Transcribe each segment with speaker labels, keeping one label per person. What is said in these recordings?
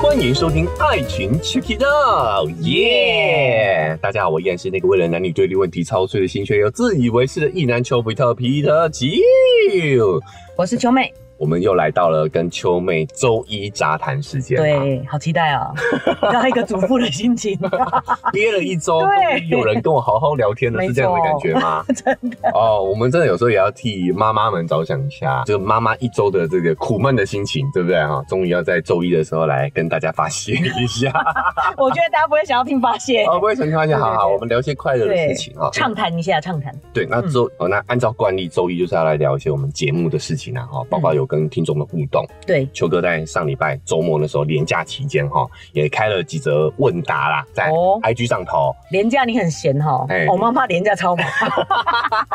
Speaker 1: 欢迎收听《爱情 Check It Out》，耶！大家好，我依然是那个为了男女对立问题操碎了心却又自以为是的意男丘比特皮特吉。
Speaker 2: 我是秋妹，
Speaker 1: 我们又来到了跟秋妹周一杂谈时间，，
Speaker 2: 对，好期待啊、 要一个主妇的心情，
Speaker 1: 憋了一周，
Speaker 2: 对
Speaker 1: 终于有人跟我好好聊天了，
Speaker 2: 没
Speaker 1: 是这样的感觉吗？
Speaker 2: 真的
Speaker 1: 哦，我们真的有时候也要替妈妈们着想一下，这个妈妈一周的这个苦闷的心情，对不对啊？终于要在周一的时候来跟大家发泄一下。
Speaker 2: 我觉得大家不会想要听发泄，
Speaker 1: 哦，不会想听发泄，好好，我们聊一些快乐的事情啊。
Speaker 2: 畅谈一下，畅谈。
Speaker 1: 对，那周、哦，那按照惯例，周一就是要来聊一些我们节目的事情啊，哈，包
Speaker 2: 嗯
Speaker 1: 括有跟听众的互动。
Speaker 2: 对，
Speaker 1: 秋哥在上礼拜周末的时候，连假期间哈，也开了几则问答啦，在
Speaker 2: 哦
Speaker 1: IG 上头，
Speaker 2: 廉价你很闲哈
Speaker 1: 哎，
Speaker 2: 我妈妈廉价超忙，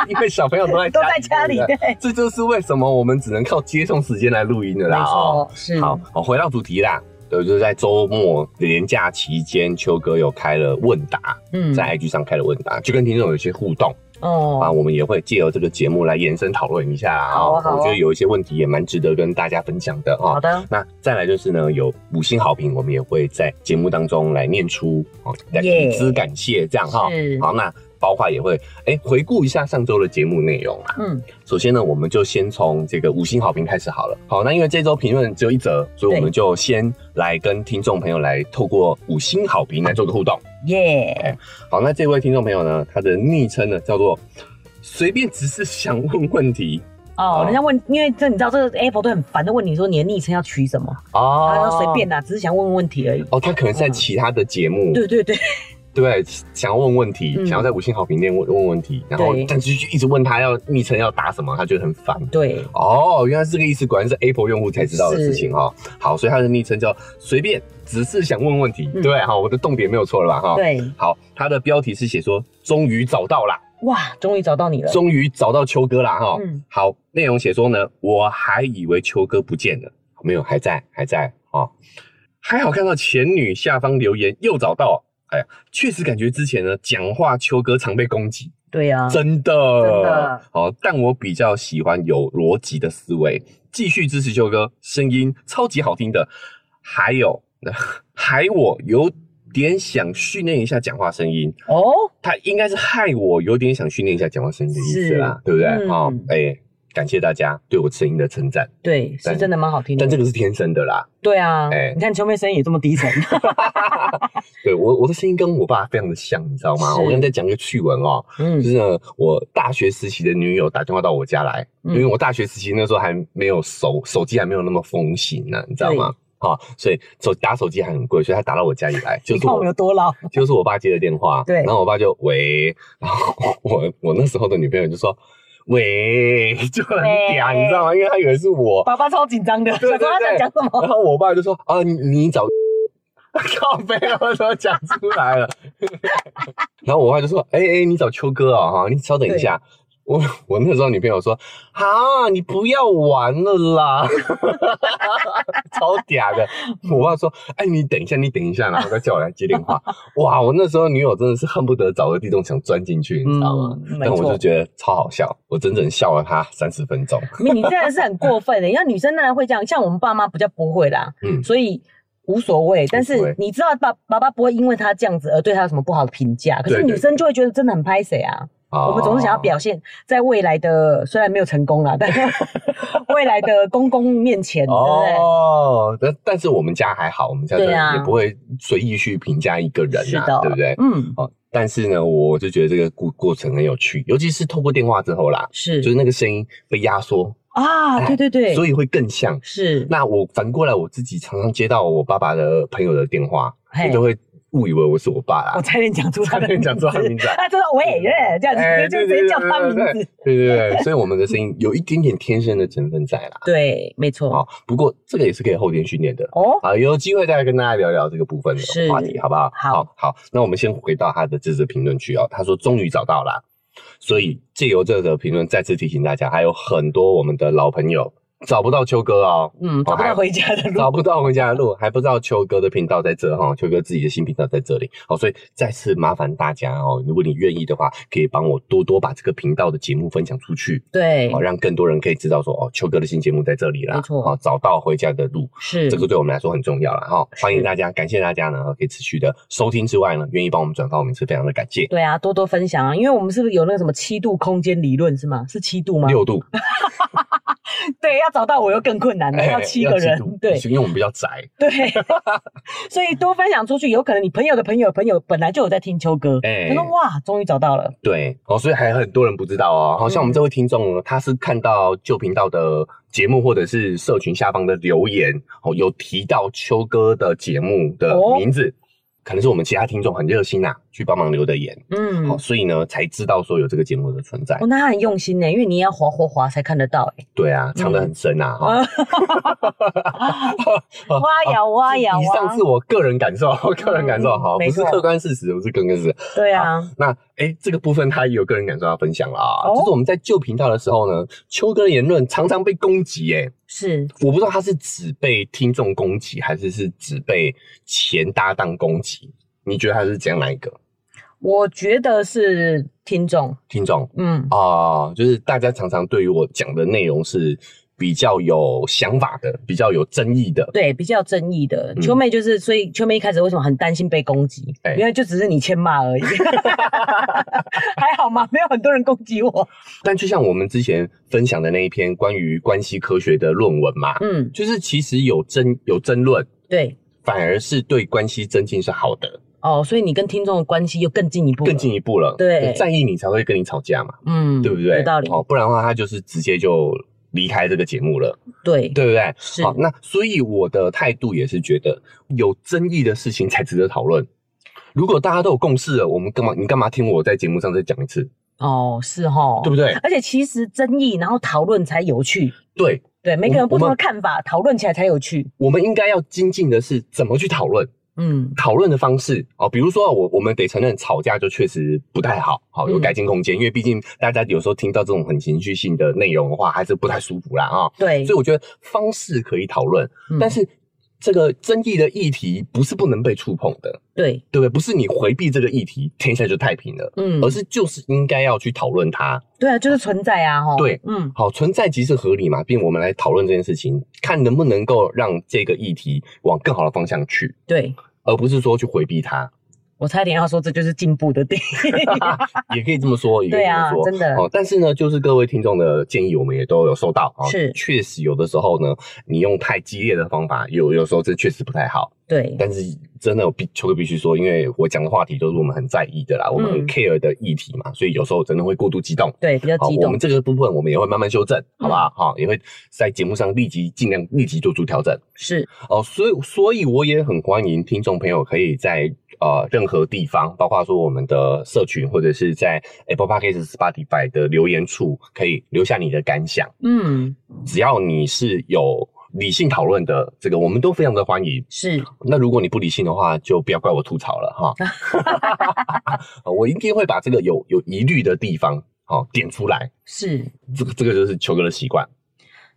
Speaker 1: 因为小朋 友都在
Speaker 2: 都在家里，
Speaker 1: 对不
Speaker 2: 对
Speaker 1: 对，这就是为什么我们只能靠接送时间来录音的啦。
Speaker 2: 没
Speaker 1: 哦，
Speaker 2: 错，嗯是
Speaker 1: 好，哦，回到主题啦。对，就是在周末连假期间，秋哥有开了问答，
Speaker 2: 嗯
Speaker 1: 在 IG 上开了问答，就跟听众有一些互动。啊，
Speaker 2: 哦，
Speaker 1: 我们也会借由这个节目来延伸讨论一下啊。
Speaker 2: 好啊好啊
Speaker 1: 我觉得有一些问题也蛮值得跟大家分享的啊。
Speaker 2: 好的，
Speaker 1: 那再来就是呢，有五星好评，我们也会在节目当中来念出哦，来
Speaker 2: 耶
Speaker 1: 以资感谢这样哈。
Speaker 2: 是
Speaker 1: 好，那包括也会哎、回顾一下上周的节目内容啊。
Speaker 2: 嗯，
Speaker 1: 首先呢，我们就先从这个五星好评开始好了。好，那因为这周评论只有一则，所以我们
Speaker 2: 对
Speaker 1: 就先来跟听众朋友来透过五星好评来做个互动。
Speaker 2: 耶，
Speaker 1: 好，那这位听众朋友呢，他的昵称呢叫做“随便只是想问问题
Speaker 2: 哦，人家问，因为这你知道，这个 Apple 都很烦的问你说你的昵称要取什么，”他
Speaker 1: 哦
Speaker 2: 说随便啦，只是想问问问题而已。
Speaker 1: 哦，他可能是在其他的节目、
Speaker 2: 对对对，
Speaker 1: 对想要问问题，
Speaker 2: 嗯
Speaker 1: 想要在五星好评店问问问题，然后
Speaker 2: 对
Speaker 1: 但是就一直问他要昵称要打什么，他觉得很烦。
Speaker 2: 对，
Speaker 1: 哦，原来是这个意思，果然是 Apple 用户才知道的事情哦。好，所以他的昵称叫“随便只是想问问题”，
Speaker 2: 嗯
Speaker 1: 对哈、我的动点没有错了吧哈。
Speaker 2: 对，
Speaker 1: 好，他的标题是写说“终于找到啦”。
Speaker 2: 哇，终于找到你了。
Speaker 1: 终于找到秋哥啦哈。
Speaker 2: 嗯
Speaker 1: 好，内容写说呢，我还以为秋哥不见了，没有，还在，还在哦。还好看到前女下方留言又找到，哎呀，确实感觉之前呢讲话秋哥常被攻击，
Speaker 2: 对啊呀，
Speaker 1: 真的，
Speaker 2: 真的
Speaker 1: 哦。但我比较喜欢有逻辑的思维，继续支持秋哥，声音超级好听的。还有， 还我有点想训练一下讲话声音，
Speaker 2: 哦，
Speaker 1: 他应该是害我有点想训练一下讲话声音的意思啦，对不对？
Speaker 2: 嗯
Speaker 1: 哦，哎、感谢大家对我声音的称赞，
Speaker 2: 对，是
Speaker 1: 但
Speaker 2: 真的蛮好听的
Speaker 1: 但。这个是天生的啦。
Speaker 2: 对啊，
Speaker 1: 哎
Speaker 2: 你看秋妹声音也这么 低沉，
Speaker 1: 对我我的声音跟我爸非常的像，你知道吗？
Speaker 2: 是
Speaker 1: 我跟大家讲个趣闻哦，
Speaker 2: 嗯
Speaker 1: 就，是呢，我大学时期的女友打电话到我家来，
Speaker 2: 嗯
Speaker 1: 因为我大学时期那时候还没有手手机还没有那么风行呢、你知道吗？好、所以手打手机还很贵，所以他打到我家里来，就
Speaker 2: 你
Speaker 1: 是
Speaker 2: 看我
Speaker 1: 我
Speaker 2: 们有多老，
Speaker 1: 就是我爸接的电话，
Speaker 2: 对
Speaker 1: 然后我爸就喂，然后我我那时候的女朋友就说喂，就很嗲，
Speaker 2: 喂
Speaker 1: 你知道吗？因为她以为是我，
Speaker 2: 爸爸超紧张的，
Speaker 1: 对对
Speaker 2: 想说他想讲 什么，
Speaker 1: 然后我爸就说啊，你你找 靠背，我都讲出来了， 然后我爸就说，哎、哎、你找秋哥啊、哈，你稍等一下。我我那时候女朋友说：“啊，你不要玩了啦， 超嗲的。”我爸说：“哎，你等一下，你等一下，然后再叫我来接电话。”哇，我那时候女友真的是恨不得找个地洞想钻进去，你知道吗？
Speaker 2: 嗯没
Speaker 1: 但我
Speaker 2: 错
Speaker 1: 就觉得超好笑，我整整笑了她三十分钟。
Speaker 2: 你你真的是很过分的，因为女生当然会这样，像我们爸妈比较不会啦，
Speaker 1: 嗯，
Speaker 2: 所以无所谓。但是你知道爸爸爸不会因为他这样子而对他有什么不好的评价，可
Speaker 1: 对
Speaker 2: 是
Speaker 1: 对
Speaker 2: 女生就会觉得真的很拍谁啊。我们总是想要
Speaker 1: 哦
Speaker 2: 表现在未来的，虽然没有成 功啦，但未来的公公面前，对不对？
Speaker 1: 哦，但但是我们家还好，我们家真
Speaker 2: 对啊
Speaker 1: 的也不会随意去评价一个人
Speaker 2: 是
Speaker 1: 啊，
Speaker 2: 的，
Speaker 1: 对不对？
Speaker 2: 嗯，
Speaker 1: 哦，但是呢，我就觉得这个过过程很有趣，尤其是透过电话之后啦，
Speaker 2: 是
Speaker 1: 就是那个声音被压缩，
Speaker 2: 啊，对对对，
Speaker 1: 所以会更像。
Speaker 2: 是
Speaker 1: 那我反过来，我自己常常接到我爸爸的朋友的电话，
Speaker 2: 嘿
Speaker 1: 我就会误以为我是我爸啦
Speaker 2: 我。差点讲出他的
Speaker 1: 差点讲出他的名字 啊
Speaker 2: 他知道喂，耶这样
Speaker 1: 哎
Speaker 2: 子就
Speaker 1: 对对
Speaker 2: 就直接
Speaker 1: 对
Speaker 2: 叫他
Speaker 1: 对
Speaker 2: 名
Speaker 1: 对
Speaker 2: 字。
Speaker 1: 对对对，所以我们的声音有一点点天生的成分在啦。
Speaker 2: 对，没错。
Speaker 1: 好，不过这个也是可以后天训练的。
Speaker 2: 哦，
Speaker 1: 好，有机会再跟大家聊聊这个部分的话题，
Speaker 2: 是
Speaker 1: 好不好？
Speaker 2: 好
Speaker 1: 好，好那我们先回到他的这则评论区哦，他说终于找到啦，所以借由这则评论再次提醒大家，还有很多我们的老朋友找不到秋哥 哦，
Speaker 2: 嗯，找不到回家的路。
Speaker 1: 找不到回家的路，还不知道秋哥的频道在这哈、哦，秋哥自己的新频道在这里。好，所以再次麻烦大家哦，如果你愿意的话，可以帮我多多把这个频道的节目分享出去，
Speaker 2: 对
Speaker 1: 好、，让更多人可以知道说哦，秋哥的新节目在这里啦，
Speaker 2: 没错
Speaker 1: 好找到回家的路，
Speaker 2: 是
Speaker 1: 这个对我们来说很重要了哈、欢迎
Speaker 2: 是
Speaker 1: 大家，感谢大家呢可以持续的收听之外呢，愿意帮我们转发，我们是非常的感谢。
Speaker 2: 对啊，多多分享啊，因为我们是不是有那个什么七度空间理论是吗？是七度吗？
Speaker 1: 六度，
Speaker 2: 对，要找到我又更困难了，要七个人
Speaker 1: 哎要度，
Speaker 2: 对
Speaker 1: 因为我们比较宅，
Speaker 2: 对，所以多分享出去，有可能你朋友的朋友的朋友本来就有在听秋歌，
Speaker 1: 哎
Speaker 2: 他说哇，终于找到了，
Speaker 1: 对，哦，所以还很多人不知道哦。好像我们这位听众呢，他是看到旧频道的节目或者是社群下方的留言，哦，有提到秋哥的节目的
Speaker 2: 哦
Speaker 1: 名字，可能是我们其他听众很热心呐、去帮忙留的言，
Speaker 2: 嗯
Speaker 1: 好、，所以呢才知道说有这个节目的存在。
Speaker 2: 哦，那他很用心呢，因为你要滑滑滑才看得到，哎，
Speaker 1: 对啊，藏得很深啊。哈、
Speaker 2: 挖呀挖呀
Speaker 1: 以哦上
Speaker 2: 挖
Speaker 1: 是，我个人感受， 个人感受
Speaker 2: 嗯
Speaker 1: 好，
Speaker 2: 没
Speaker 1: 不是
Speaker 2: 错
Speaker 1: 客观事实，不是客观事实。
Speaker 2: 对啊，
Speaker 1: 那哎、诶这个部分他也有个人感受要分享啦。
Speaker 2: 哦
Speaker 1: 就是我们在旧频道的时候呢，秋哥的言论常常被攻击，哎，
Speaker 2: 是
Speaker 1: 我不知道他是只被听众攻击，还是是只被前搭档攻击。你觉得他是怎样哪一个
Speaker 2: 我觉得是听众，
Speaker 1: 听众
Speaker 2: 嗯，
Speaker 1: 啊、就是大家常常对于我讲的内容是比较有想法的，比较有争议的。
Speaker 2: 对，比较有争议的。
Speaker 1: 嗯
Speaker 2: 秋妹就是，所以秋妹一开始为什么很担心被攻击？
Speaker 1: 哎
Speaker 2: 原来就只是你欠 骂而已，还好吗？没有很多人攻击我。
Speaker 1: 但就像我们之前分享的那一篇关于关系科学的论文嘛，
Speaker 2: 嗯，
Speaker 1: 就是其实有争有争论，
Speaker 2: 对，
Speaker 1: 反而是对关系增进是好的，
Speaker 2: 哦，所以你跟听众的关系又更进一步，
Speaker 1: 更进，一步了。
Speaker 2: 对
Speaker 1: 在意你才会跟你吵架嘛，
Speaker 2: 嗯，
Speaker 1: 对不对？
Speaker 2: 有道理，
Speaker 1: 哦，不然的话他就是直接就离开这个节目了，
Speaker 2: 对，
Speaker 1: 对不对？
Speaker 2: 是
Speaker 1: 好，那所以我的态度也是觉得有争议的事情才值得讨论。如果大家都有共识了，我们干嘛？你干嘛听我在节目上再讲一次，
Speaker 2: 哦，是哈，
Speaker 1: 对不对？
Speaker 2: 而且其实争议，然后讨论才有趣，
Speaker 1: 对，
Speaker 2: 对，每个人
Speaker 1: 我
Speaker 2: 不
Speaker 1: 我
Speaker 2: 同的
Speaker 1: 们
Speaker 2: 看法，讨论起来才有趣，
Speaker 1: 我们应该要精进的是怎么去讨论，
Speaker 2: 嗯，
Speaker 1: 讨论的方式哦。比如说，我我们得承认吵架就确实不太好，好、有
Speaker 2: 嗯
Speaker 1: 改进空间，因为毕竟大家有时候听到这种很情绪性的内容的话，还是不太舒服啦啊、
Speaker 2: 对
Speaker 1: 所以，我觉得方式可以讨论，
Speaker 2: 嗯
Speaker 1: 但是这个争议的议题不是不能被触碰的，
Speaker 2: 对，
Speaker 1: 对不对？不是你回避这个议题，天下就太平了，
Speaker 2: 嗯
Speaker 1: 而，是就是应该要去讨论它。
Speaker 2: 对啊，就是存在啊，哈，
Speaker 1: 对，
Speaker 2: 嗯，
Speaker 1: 好，存在即是合理嘛，并我们来讨论这件事情，看能不能够让这个议题往更好的方向去，
Speaker 2: 对。
Speaker 1: 而不是说去回避它。
Speaker 2: 我差点要说这就是进步的地方。
Speaker 1: 也可以这么说，也可以
Speaker 2: 对
Speaker 1: 这么
Speaker 2: 啊
Speaker 1: 说，。
Speaker 2: 真的，
Speaker 1: 哦，但是呢，就是各位听众的建议，我们也都有收到啊。
Speaker 2: 是
Speaker 1: 确实有的时候呢，你用太激烈的方法，有有时候这确实不太好。
Speaker 2: 对
Speaker 1: 但是真的，我必秋哥必须说，因为我讲的话题都是我们很在意的啦，我们很
Speaker 2: 嗯
Speaker 1: care 的议题嘛，所以有时候真的会过度激动。
Speaker 2: 对，比较
Speaker 1: 好，
Speaker 2: 激
Speaker 1: 我
Speaker 2: 动嗯
Speaker 1: 们。这个部分我们也会慢慢修正，好不好？好、也会在节目上立即尽量立即做出调整。
Speaker 2: 是，
Speaker 1: 哦，所以所以我也很欢迎听众朋友可以在呃任何地方，包括说我们的社群或者是在 Apple Podcast、Spotify 的留言处，可以留下你的感想。
Speaker 2: 嗯，
Speaker 1: 只要你是有理性讨论的，这个我们都非常的欢迎。
Speaker 2: 是，
Speaker 1: 那如果你不理性的话，就不要怪我吐槽了哈。 呃我一定会把这个有有疑虑的地方，好、点出来。
Speaker 2: 是。
Speaker 1: 这个这个就是球哥的习惯。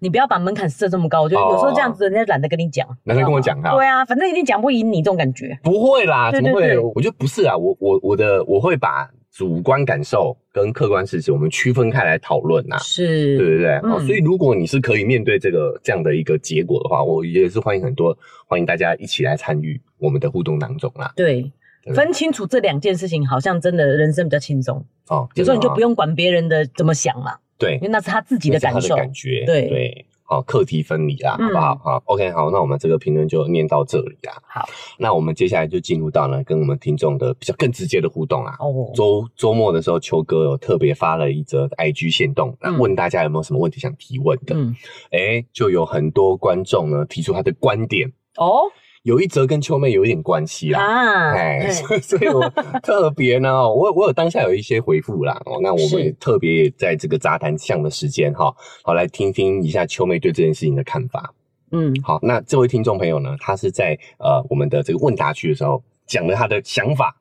Speaker 2: 你不要把门槛设这么高，我觉得有时候这样子，人家懒得跟你讲。
Speaker 1: 哦懒得跟我讲
Speaker 2: 你知
Speaker 1: 哈
Speaker 2: 道吗对啊，反正一定讲不赢你这种感觉。
Speaker 1: 不会啦，
Speaker 2: 对
Speaker 1: 怎么
Speaker 2: 对
Speaker 1: 会？
Speaker 2: 对
Speaker 1: 我觉得不是啊，我我我的我会把主观感受跟客观事实我们区分开来讨论呐、
Speaker 2: 是，
Speaker 1: 对不对？
Speaker 2: 嗯
Speaker 1: 哦，所以如果你是可以面对这个这样的一个结果的话，我也是欢迎很多欢迎大家一起来参与我们的互动当中啦。
Speaker 2: 对
Speaker 1: 对
Speaker 2: 分清楚这两件事情，好像真的人生比较轻松。
Speaker 1: 哦，
Speaker 2: 有时候你就
Speaker 1: 真的哦
Speaker 2: 不用管别人的怎么想嘛，
Speaker 1: 对
Speaker 2: 因为那是他自己
Speaker 1: 那
Speaker 2: 的
Speaker 1: 是他
Speaker 2: 感受。
Speaker 1: 感觉，
Speaker 2: 对
Speaker 1: 对，好，课题分离啦，
Speaker 2: 嗯
Speaker 1: 好不好？好，OK，好，那我们这个评论就念到这里啦。
Speaker 2: 好，
Speaker 1: 那我们接下来就进入到呢跟我们听众的比较更直接的互动啊。
Speaker 2: 哦，
Speaker 1: 周周末的时候，秋哥有特别发了一则 IG 线动，那
Speaker 2: 嗯
Speaker 1: 问大家有没有什么问题想提问的？
Speaker 2: 嗯，
Speaker 1: 哎、就有很多观众呢提出他的观点，
Speaker 2: 哦
Speaker 1: 有一则跟秋妹有一点关系啦。
Speaker 2: 啊，
Speaker 1: 哎，
Speaker 2: 嘿
Speaker 1: 所以所以我特别呢，哦我我有当下有一些回复啦，哦，那我们
Speaker 2: 是
Speaker 1: 也特别在这个杂谈项的时间哈，好来听听一下秋妹对这件事情的看法。
Speaker 2: 嗯，
Speaker 1: 好，那这位听众朋友呢，他是在呃我们的这个问答区的时候讲了他的想法。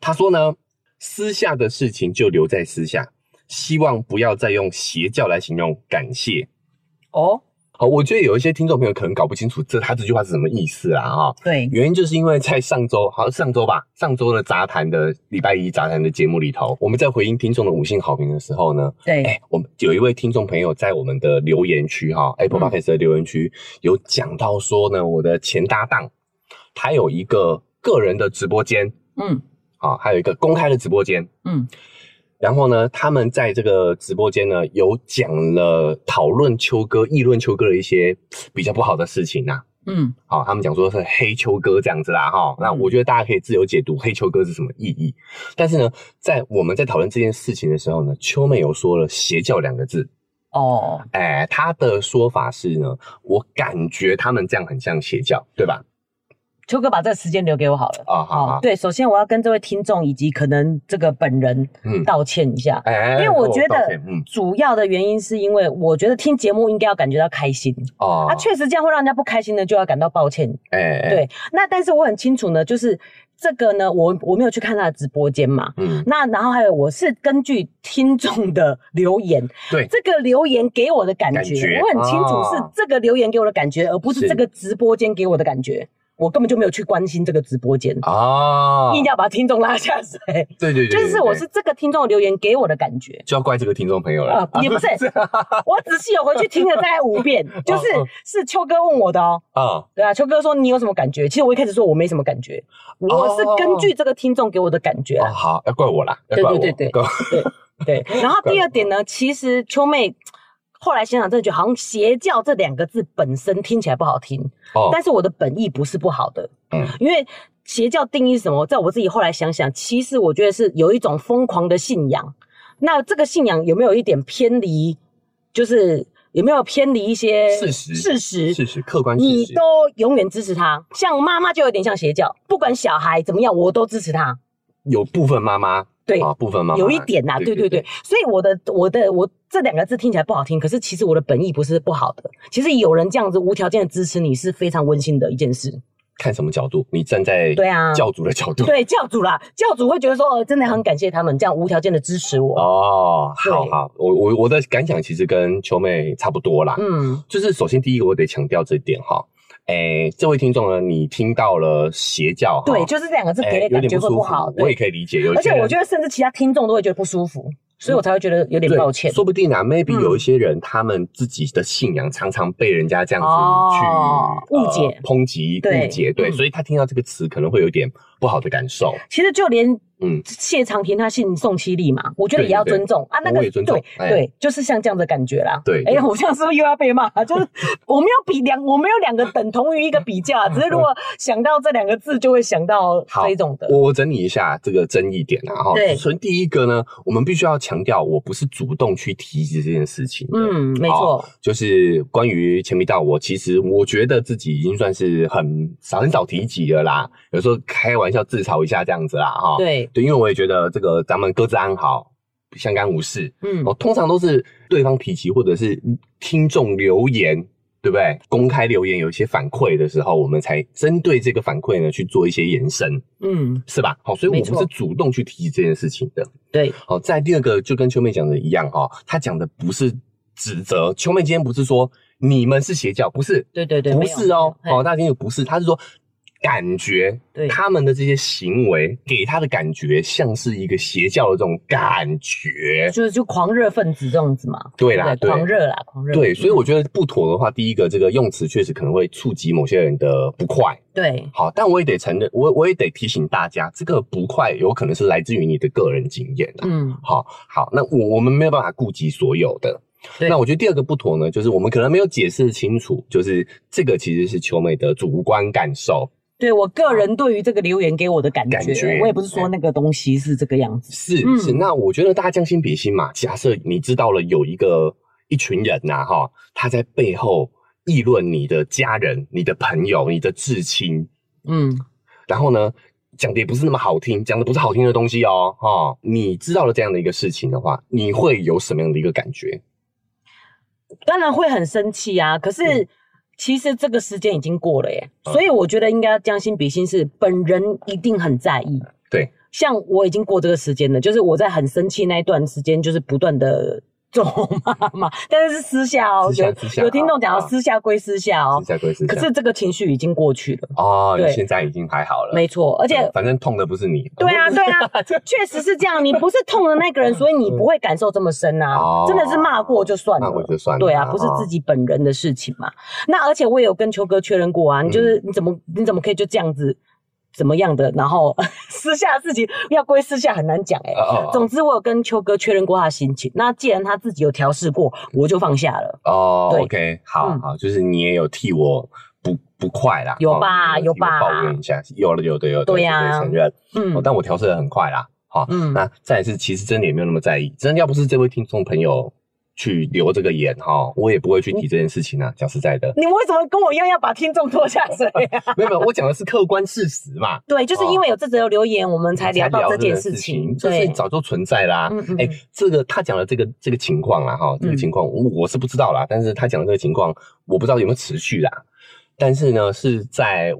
Speaker 1: 他说呢，私下的事情就留在私下，希望不要再用邪教来形容感谢。
Speaker 2: 哦，
Speaker 1: 好，我觉得有一些听众朋友可能搞不清楚这他这句话是什么意思啦啊、
Speaker 2: 对，
Speaker 1: 原因就是因为在上周，好像上周吧，上周的杂谈的礼拜一杂谈的节目里头，我们在回应听众的五星好评的时候呢，
Speaker 2: 对，
Speaker 1: 哎、我们有一位听众朋友在我们的留言区哈、a p p
Speaker 2: 嗯
Speaker 1: l e Podcast 的留言区有讲到说呢，我的前搭档他有一个个人的直播间
Speaker 2: 嗯
Speaker 1: 啊，还有一个公开的直播间，
Speaker 2: 嗯，
Speaker 1: 然后呢，他们在这个直播间呢有讲了讨论秋哥、议论秋哥的一些比较不好的事情呐、
Speaker 2: 嗯，
Speaker 1: 好、他们讲说是黑秋哥这样子啦，哈、那我觉得大家可以自由解读黑秋哥是什么意义。但是呢，在我们在讨论这件事情的时候呢，秋妹有说了“邪教”两个字，
Speaker 2: 哦，
Speaker 1: 哎，她的说法是呢，我感觉他们这样很像邪教，对吧？
Speaker 2: 秋哥把这个时间留给我好了。
Speaker 1: 啊、好好，
Speaker 2: 哦对，首先我要跟这位听众以及可能这个本人
Speaker 1: 嗯，
Speaker 2: 道歉一下，
Speaker 1: 哎，
Speaker 2: 因为我觉
Speaker 1: 道
Speaker 2: 得
Speaker 1: 歉嗯，
Speaker 2: 主要的原因是因为我觉得听节目应该要感觉到开心，
Speaker 1: 哦，
Speaker 2: 啊，确实这样会让人家不开心的，就要感到抱歉。
Speaker 1: 哎，哎，
Speaker 2: 对，那但是我很清楚呢，就是这个呢，我我没有去看他的直播间嘛。
Speaker 1: 嗯，
Speaker 2: 那然后还有，我是根据听众的留言，
Speaker 1: 对
Speaker 2: 这个留言给我的感觉，
Speaker 1: 感觉
Speaker 2: 我很清楚是
Speaker 1: 啊
Speaker 2: 这个留言给我的感觉，而不是
Speaker 1: 是
Speaker 2: 这个直播间给我的感觉。我根本就没有去关心这个直播间，
Speaker 1: 啊，
Speaker 2: 硬要把听众拉下水，
Speaker 1: 对对对，
Speaker 2: 就
Speaker 1: 对
Speaker 2: 是我
Speaker 1: 对
Speaker 2: 是这个听众的留言给我的感觉。
Speaker 1: 就要怪这个听众朋友了
Speaker 2: 啊也不是 我仔细有回去听了大概五遍，就是
Speaker 1: 哦
Speaker 2: 是秋哥问我的哦，
Speaker 1: 啊，
Speaker 2: 对啊，秋哥说你有什么感觉？其实我一开始说我没什么感觉，我是根据这个听众给我的感觉
Speaker 1: 哦，
Speaker 2: 啊。
Speaker 1: 好，要怪我啦，要
Speaker 2: 对
Speaker 1: 怪我，
Speaker 2: 对对对
Speaker 1: 怪我
Speaker 2: 对，然后第二点呢，其实秋妹后来想想，真的觉得好像邪教这两个字本身听起来不好听，
Speaker 1: 哦，
Speaker 2: 但是我的本意不是不好的，
Speaker 1: 嗯
Speaker 2: 因为邪教定义是什么，在我自己后来想想，其实我觉得是有一种疯狂的信仰。那这个信仰有没有一点偏离？就是有没有偏离一些
Speaker 1: 事实
Speaker 2: 事实？
Speaker 1: 事实，客观事
Speaker 2: 你
Speaker 1: 实，
Speaker 2: 都永远支持他，像妈妈就有点像邪教，不管小孩怎么样，我都支持他。
Speaker 1: 有部分妈妈
Speaker 2: 对，
Speaker 1: 啊，部分妈妈
Speaker 2: 有一点呐、对对对，所以我的我的我这两个字听起来不好听，可是其实我的本意不是不好的。其实有人这样子无条件的支持你是非常温馨的一件事。
Speaker 1: 看什么角度，你站在
Speaker 2: 对啊
Speaker 1: 教主的角度，
Speaker 2: 对教主啦，教主会觉得说，呃，真的很感谢他们这样无条件的支持我。
Speaker 1: 哦，
Speaker 2: 对
Speaker 1: 好好，我我我的感想其实跟秋妹差不多啦，
Speaker 2: 嗯，
Speaker 1: 就是首先第一个我得强调这一点哈，哎，这位听众呢，你听到了邪教哈，
Speaker 2: 对，就是这两个字给
Speaker 1: 哎
Speaker 2: 你
Speaker 1: 有
Speaker 2: 感觉
Speaker 1: 点
Speaker 2: 会
Speaker 1: 舒
Speaker 2: 不
Speaker 1: 服
Speaker 2: 好，，
Speaker 1: 我也
Speaker 2: 对。
Speaker 1: 可以理解，有
Speaker 2: 而且
Speaker 1: 得。
Speaker 2: 我觉得甚至其他听众都会觉得不舒服，所以我才会觉得有点
Speaker 1: 嗯对
Speaker 2: 抱歉。
Speaker 1: 说不定啊，maybe
Speaker 2: 嗯
Speaker 1: 有一些人他们自己的信仰常常被人家这样子去、
Speaker 2: 哦
Speaker 1: 呃
Speaker 2: 误解
Speaker 1: 抨击、
Speaker 2: 对
Speaker 1: 误解，对，
Speaker 2: 嗯
Speaker 1: 所以他听到这个词可能会有点不好的感受。
Speaker 2: 其实就连
Speaker 1: 嗯
Speaker 2: 谢长廷他信宋七力嘛，我觉得
Speaker 1: 对
Speaker 2: 也要
Speaker 1: 对对
Speaker 2: 尊重啊。那个
Speaker 1: 我也尊重
Speaker 2: 对
Speaker 1: 哎
Speaker 2: 对，就是像这样的感觉啦。
Speaker 1: 对
Speaker 2: 哎
Speaker 1: 对，
Speaker 2: 我这样是不是又要被骂？ 就是我没有比两，我没有两个等同于一个比 较啊，只是如果想到这两个字，就会想到
Speaker 1: 好
Speaker 2: 这种的。
Speaker 1: 我我整理一下这个争议点啊，哈，
Speaker 2: 对
Speaker 1: 所以第一个呢，我们必须要强调，我不是主动去提及这件事情的。
Speaker 2: 嗯，没
Speaker 1: 哦
Speaker 2: 错，
Speaker 1: 就是关于前迷道，我其实我觉得自己已经算是很少很少提及了啦，有时候开玩笑自嘲一下这样子啦，哈。
Speaker 2: 对，
Speaker 1: 对，因为我也觉得这个咱们各自安好，相干无事。
Speaker 2: 嗯
Speaker 1: 哦，通常都是对方提及或者是听众留言，对不对？公开留言有一些反馈的时候，我们才针对这个反馈呢去做一些延伸，
Speaker 2: 嗯，
Speaker 1: 是吧？好、所以
Speaker 2: 没
Speaker 1: 我
Speaker 2: 错
Speaker 1: 们是主动去提及这件事情的。
Speaker 2: 对，
Speaker 1: 好、哦在第二个就跟秋妹讲的一样哈、哦，她讲的不是指责，秋妹今天不是说你们是邪教，不是，
Speaker 2: 对对对，
Speaker 1: 不
Speaker 2: 没有
Speaker 1: 是哦，
Speaker 2: 没有
Speaker 1: 哦，
Speaker 2: 嘿
Speaker 1: 大家听不是，他是说感觉
Speaker 2: 对
Speaker 1: 他们的这些行为给他的感觉像是一个邪教的这种感觉，
Speaker 2: 就是就狂热分子这样子嘛。
Speaker 1: 对啦，
Speaker 2: 不
Speaker 1: 对。
Speaker 2: 狂热嗯啦，狂热。
Speaker 1: 对，所以我觉得不妥的话，第一个这个用词确实可能会触及某些人的不快。
Speaker 2: 对
Speaker 1: 好，但我也得承认，我我也得提醒大家，这个不快有可能是来自于你的个人经验啊。
Speaker 2: 嗯，
Speaker 1: 好好，那我我们没有办法顾及所有的。
Speaker 2: 对
Speaker 1: 那我觉得第二个不妥呢，就是我们可能没有解释清楚，就是这个其实是秋妹的主观感受，
Speaker 2: 对我个人对于这个留言给我的感
Speaker 1: 感
Speaker 2: 觉，
Speaker 1: 觉
Speaker 2: 我也不是说那个东西是这个样子。
Speaker 1: 是
Speaker 2: 嗯
Speaker 1: 是。那我觉得大家将心比心嘛，假设你知道了有一个一群人呐、哈，他在背后议论你的家人、你的朋友、你的至亲，
Speaker 2: 嗯，
Speaker 1: 然后呢，讲的也不是那么好听，讲的不是好听的东西哦，哈、你知道了这样的一个事情的话，你会有什么样的一个感觉？
Speaker 2: 当然会很生气啊，可是
Speaker 1: 嗯
Speaker 2: 其实这个时间已经过了耶，
Speaker 1: 嗯
Speaker 2: 所以我觉得应该要将心比心是，本人一定很在意。
Speaker 1: 对，
Speaker 2: 像我已经过这个时间了，就是我在很生气那一段时间，就是不断的咒骂嘛， 但是是私下哦，
Speaker 1: 私下
Speaker 2: 有
Speaker 1: 私下
Speaker 2: 有听众讲
Speaker 1: 啊
Speaker 2: 哦私下归私下哦
Speaker 1: 私，下归私下。
Speaker 2: 可是这个情绪已经过去了，
Speaker 1: 哦，你
Speaker 2: 对
Speaker 1: 现在已经还好了，
Speaker 2: 没错，而且
Speaker 1: 反正痛的不是你。
Speaker 2: 对啊，对啊，确实是这样。你不是痛的 那个人，所以你不会感受这么深
Speaker 1: 嗯哦
Speaker 2: 啊。真的是骂过就算
Speaker 1: 那
Speaker 2: 了
Speaker 1: 我。嗯就算了。哦
Speaker 2: 对啊，不是自己本人的事情嘛。那而且我也有跟秋哥确认过啊，
Speaker 1: 嗯
Speaker 2: 你就是你怎么你怎么可以就这样子怎么样的，然后 私下的事情要归私下很难讲哎
Speaker 1: 哦。哦哦
Speaker 2: 总之我有跟秋哥确认过他的心情。那既然他自己有调试过，我就放下了。
Speaker 1: 哦
Speaker 2: 对
Speaker 1: ，OK，好
Speaker 2: 嗯
Speaker 1: 好，就是你也有替我不不快啦，
Speaker 2: 有
Speaker 1: 哦
Speaker 2: 吧
Speaker 1: 你替我
Speaker 2: 有吧
Speaker 1: 抱怨一下，有了有的有的，
Speaker 2: 对呀
Speaker 1: 这个承认。哦
Speaker 2: 嗯
Speaker 1: 但我调试的很快啦，好，
Speaker 2: 嗯，
Speaker 1: 那再来是，其实真的也没有那么在意，真的要不是这位听众朋友去留这个言哈，我也不会去提这件事情啊。讲实在的
Speaker 2: 你为什么跟我一样要把听众拖下水啊？
Speaker 1: 没有没有，我讲的是客观事实嘛，
Speaker 2: 对，就是因为有这则留言，我们 才聊到这件事情。
Speaker 1: 哦这件事
Speaker 2: 对
Speaker 1: 情，早就存在啦
Speaker 2: 嗯嗯。
Speaker 1: 哎
Speaker 2: 嗯，
Speaker 1: 这个他讲的这个这个情况啦，哈，这个
Speaker 2: 嗯
Speaker 1: 情况我我是不知道啦，但是他讲的这个情况，我不知道有没有持续啦，但是呢，是在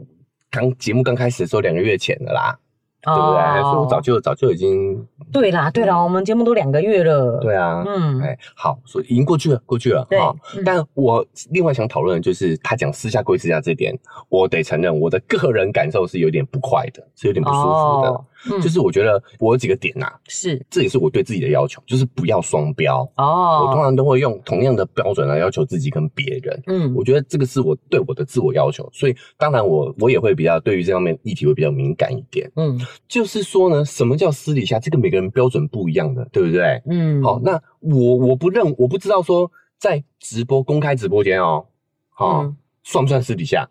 Speaker 1: 刚节目刚开始的时候两个月前的啦，
Speaker 2: 对
Speaker 1: 对不对？所以我早就早就已经
Speaker 2: 哦对啦，对啦，我们节目都两个月了。
Speaker 1: 对啊，
Speaker 2: 嗯，
Speaker 1: 哎，好，所以已经过去了，过去了。
Speaker 2: 对
Speaker 1: 哈
Speaker 2: 嗯
Speaker 1: 但我另外想讨论的就是他讲私下归私下这点，我得承认我的个人感受是有点不快的，是有点不舒服的。
Speaker 2: 哦嗯
Speaker 1: 就是我觉得我有几个点呐、
Speaker 2: 是
Speaker 1: 这也是我对自己的要求，就是不要双标。我通
Speaker 2: 哦，
Speaker 1: 常都会用同样的标准来要求自己跟别人。
Speaker 2: 嗯
Speaker 1: 我觉得这个是我对我的自我要求，所以当然我我也会比较对于这方面议题会比较敏感一点。
Speaker 2: 嗯
Speaker 1: 就是说呢，什么叫私底下？这个每个人标准不一样的，对不对？
Speaker 2: 嗯，
Speaker 1: 好，那我我不认，我不知道说在直播公开直播间哦，好、
Speaker 2: 嗯
Speaker 1: 算不算私底下？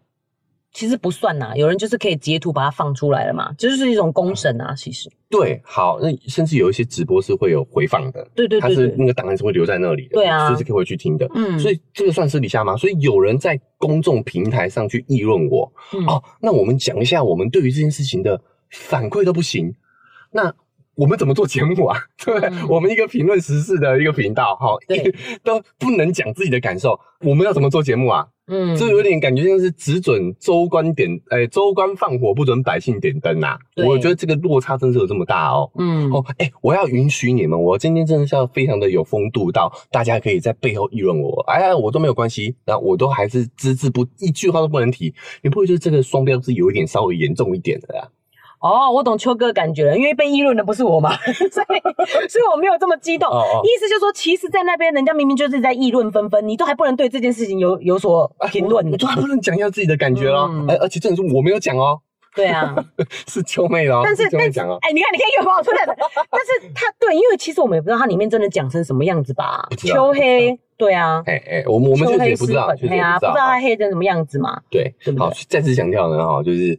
Speaker 2: 其实不算呐，有人就是可以截图把它放出来了嘛，这就是一种公审啊，其实。
Speaker 1: 对，好，那甚至有一些直播是会有回放的，
Speaker 2: 对对
Speaker 1: 它
Speaker 2: 对
Speaker 1: 是那
Speaker 2: 对，
Speaker 1: 个档案是会留在那里的，
Speaker 2: 对啊
Speaker 1: 就是可以回去听的。
Speaker 2: 嗯
Speaker 1: 所以这个算私底下吗？所以有人在公众平台上去议论我，
Speaker 2: 嗯
Speaker 1: 哦，那我们讲一下我们对于这件事情的反馈都不行，那我们怎么做节目啊？ 对不对？
Speaker 2: 嗯
Speaker 1: 我们一个评论时事的一个频道，哈、
Speaker 2: 对
Speaker 1: 都不能讲自己的感受，我们要怎么做节目啊？
Speaker 2: 嗯
Speaker 1: 这有点感觉像是只准州官点，哎、州官放火不准百姓点灯呐、
Speaker 2: 对
Speaker 1: 我觉得这个落差真是有这么大哦。
Speaker 2: 嗯
Speaker 1: 哦，哎、我要允许你们，我今天真的是要非常的有风度到，大家可以在背后议论我，哎呀，我都没有关系，那我都还是只字不一句话都不能提。你不会觉得这个双标是有一点稍微严重一点的啊啦？
Speaker 2: 哦，我懂秋哥的感觉了，因为被议论的不是我嘛， 所以所以我没有这么激动。
Speaker 1: 哦哦
Speaker 2: 意思就是说，其实，在那边人家明明就是在议论纷纷，你都还不能对这件事情有有所评论
Speaker 1: 我哦我，都还不能讲一下自己的感觉咯，
Speaker 2: 嗯
Speaker 1: 哎、而且这种是我没有讲哦，
Speaker 2: 对 啊。
Speaker 1: 是秋妹哦，
Speaker 2: 但是
Speaker 1: 秋妹讲哦，
Speaker 2: 哎、你看，你看又冒出来了。但是他对，因为其实我们也不知道它里面真的讲成什么样子吧
Speaker 1: 不。知道
Speaker 2: 秋黑，对啊，
Speaker 1: 哎哎、我们我们
Speaker 2: 秋
Speaker 1: 确实
Speaker 2: 黑
Speaker 1: 也不知道，
Speaker 2: 丝
Speaker 1: 确实
Speaker 2: 粉哎
Speaker 1: 也
Speaker 2: 呀
Speaker 1: 不知
Speaker 2: 不
Speaker 1: 道哦
Speaker 2: 知道它黑成什么样子嘛。
Speaker 1: 对，
Speaker 2: 对不
Speaker 1: 好
Speaker 2: 对，
Speaker 1: 再次强调呢，哈，就是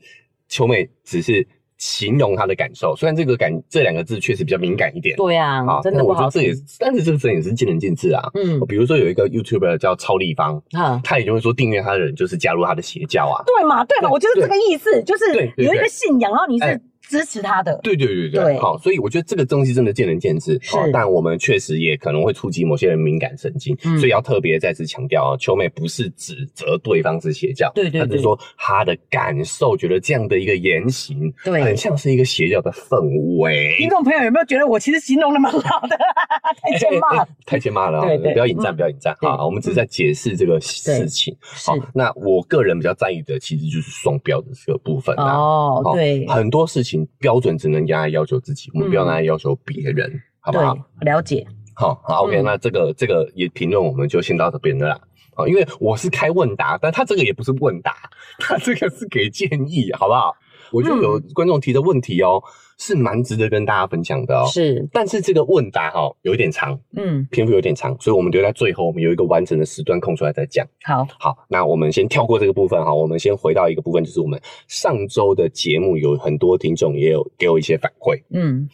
Speaker 1: 秋妹只是形容她的感受，虽然这个感这两个字确实比较敏感一点，
Speaker 2: 对啊，
Speaker 1: 啊，
Speaker 2: 真的
Speaker 1: 但
Speaker 2: 不
Speaker 1: 我觉
Speaker 2: 好
Speaker 1: 得这也
Speaker 2: 听。，
Speaker 1: 但是这个真的也是见仁见智啊。
Speaker 2: 嗯，
Speaker 1: 比如说有一个 YouTuber 叫超立方，
Speaker 2: 哈，
Speaker 1: 他也就会说订阅他的人就是加入他的邪教啊。
Speaker 2: 对嘛，对嘛，
Speaker 1: 对
Speaker 2: 我就是这个意思，就是
Speaker 1: 对对
Speaker 2: 有一个信仰，然后你
Speaker 1: 哎
Speaker 2: 是支持他的。
Speaker 1: 对对对对，
Speaker 2: 对
Speaker 1: 好，所以我觉得这个东西真的见仁见智，
Speaker 2: 是
Speaker 1: 好但我们确实也可能会触及某些人敏感神经，
Speaker 2: 嗯
Speaker 1: 所以要特别再次强调啊，秋妹不是指责对方是邪教，
Speaker 2: 对对
Speaker 1: 她只是
Speaker 2: 对
Speaker 1: 说她的感受，觉得这样的一个言行，
Speaker 2: 对嗯
Speaker 1: 很像是一个邪教的氛围。
Speaker 2: 听众朋友有没有觉得我其实形容的蛮好的？
Speaker 1: 哎
Speaker 2: 太欠骂了。
Speaker 1: 太欠骂了啊，
Speaker 2: 对对嗯
Speaker 1: 不要引战，不要引战
Speaker 2: 对
Speaker 1: 好，我们只是在解释这个事情。
Speaker 2: 是
Speaker 1: 好，那我个人比较在意的其实就是双标的这个部分啊。
Speaker 2: 哦
Speaker 1: 好，
Speaker 2: 对
Speaker 1: 很多事情标准只能拿来要求自己，我们
Speaker 2: 嗯
Speaker 1: 不要拿来要求别人，好不
Speaker 2: 对
Speaker 1: 好？，
Speaker 2: 了解。
Speaker 1: 好，好，OK，
Speaker 2: 嗯
Speaker 1: 那这个这个也评论我们就先到这边了啦。好，因为我是开问答，但他这个也不是问答，他这个是给建议，好不好？我觉得有
Speaker 2: 嗯
Speaker 1: 观众提的问题哦，是蛮值得跟大家分享的哦。
Speaker 2: 是，
Speaker 1: 但是这个问答哈、哦、有一点长，
Speaker 2: 嗯，
Speaker 1: 篇幅有点长，所以我们留在最后，我们有一个完整的时段空出来再讲。
Speaker 2: 好，
Speaker 1: 好，那我们先跳过这个部分哈，我们先回到一个部分，就是我们上周的节目有很多听众也有给我一些反馈，
Speaker 2: 嗯，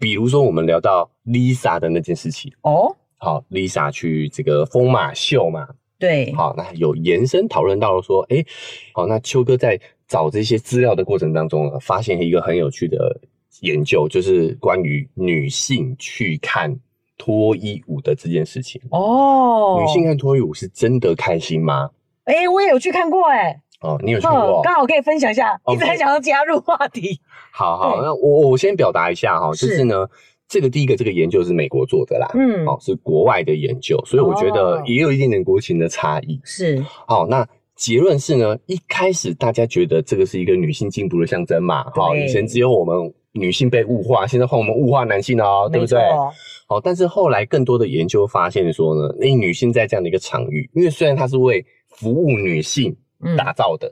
Speaker 1: 比如说我们聊到 Lisa 的那件事情，
Speaker 2: 哦，
Speaker 1: 好，Lisa 去这个疯马秀嘛，
Speaker 2: 对，
Speaker 1: 好，那有延伸讨论到了说，诶，好，那秋哥在找这些资料的过程当中呢，发现一个很有趣的研究，就是关于女性去看脱衣舞的这件事情。
Speaker 2: 哦，
Speaker 1: 女性看脱衣舞是真的开心吗？
Speaker 2: 哎、我也有去看过哎、
Speaker 1: 哦，你有去
Speaker 2: 嗯，
Speaker 1: 过？
Speaker 2: 刚好可以分享一下，
Speaker 1: 哦
Speaker 2: 一直很想要加入话题。
Speaker 1: 好好，
Speaker 2: 对
Speaker 1: 那我我先表达一下哈，就
Speaker 2: 对
Speaker 1: 是呢，这个第一个这个研究是美国做的啦，
Speaker 2: 嗯
Speaker 1: 哦，是国外的研究，所以我觉
Speaker 2: 哦
Speaker 1: 得也有一点点国情的差异。
Speaker 2: 是，
Speaker 1: 好，那结论是呢，一开始大家觉得这个是一个女性进步的象征嘛，好，
Speaker 2: 对
Speaker 1: 以前只有我们女性被物化，现在换我们物化男性了哦，对不
Speaker 2: 没错
Speaker 1: 对？，好，但是后来更多的研究发现说呢，那女性在这样的一个场域，因为虽然它是为服务女性
Speaker 2: 嗯
Speaker 1: 打造的，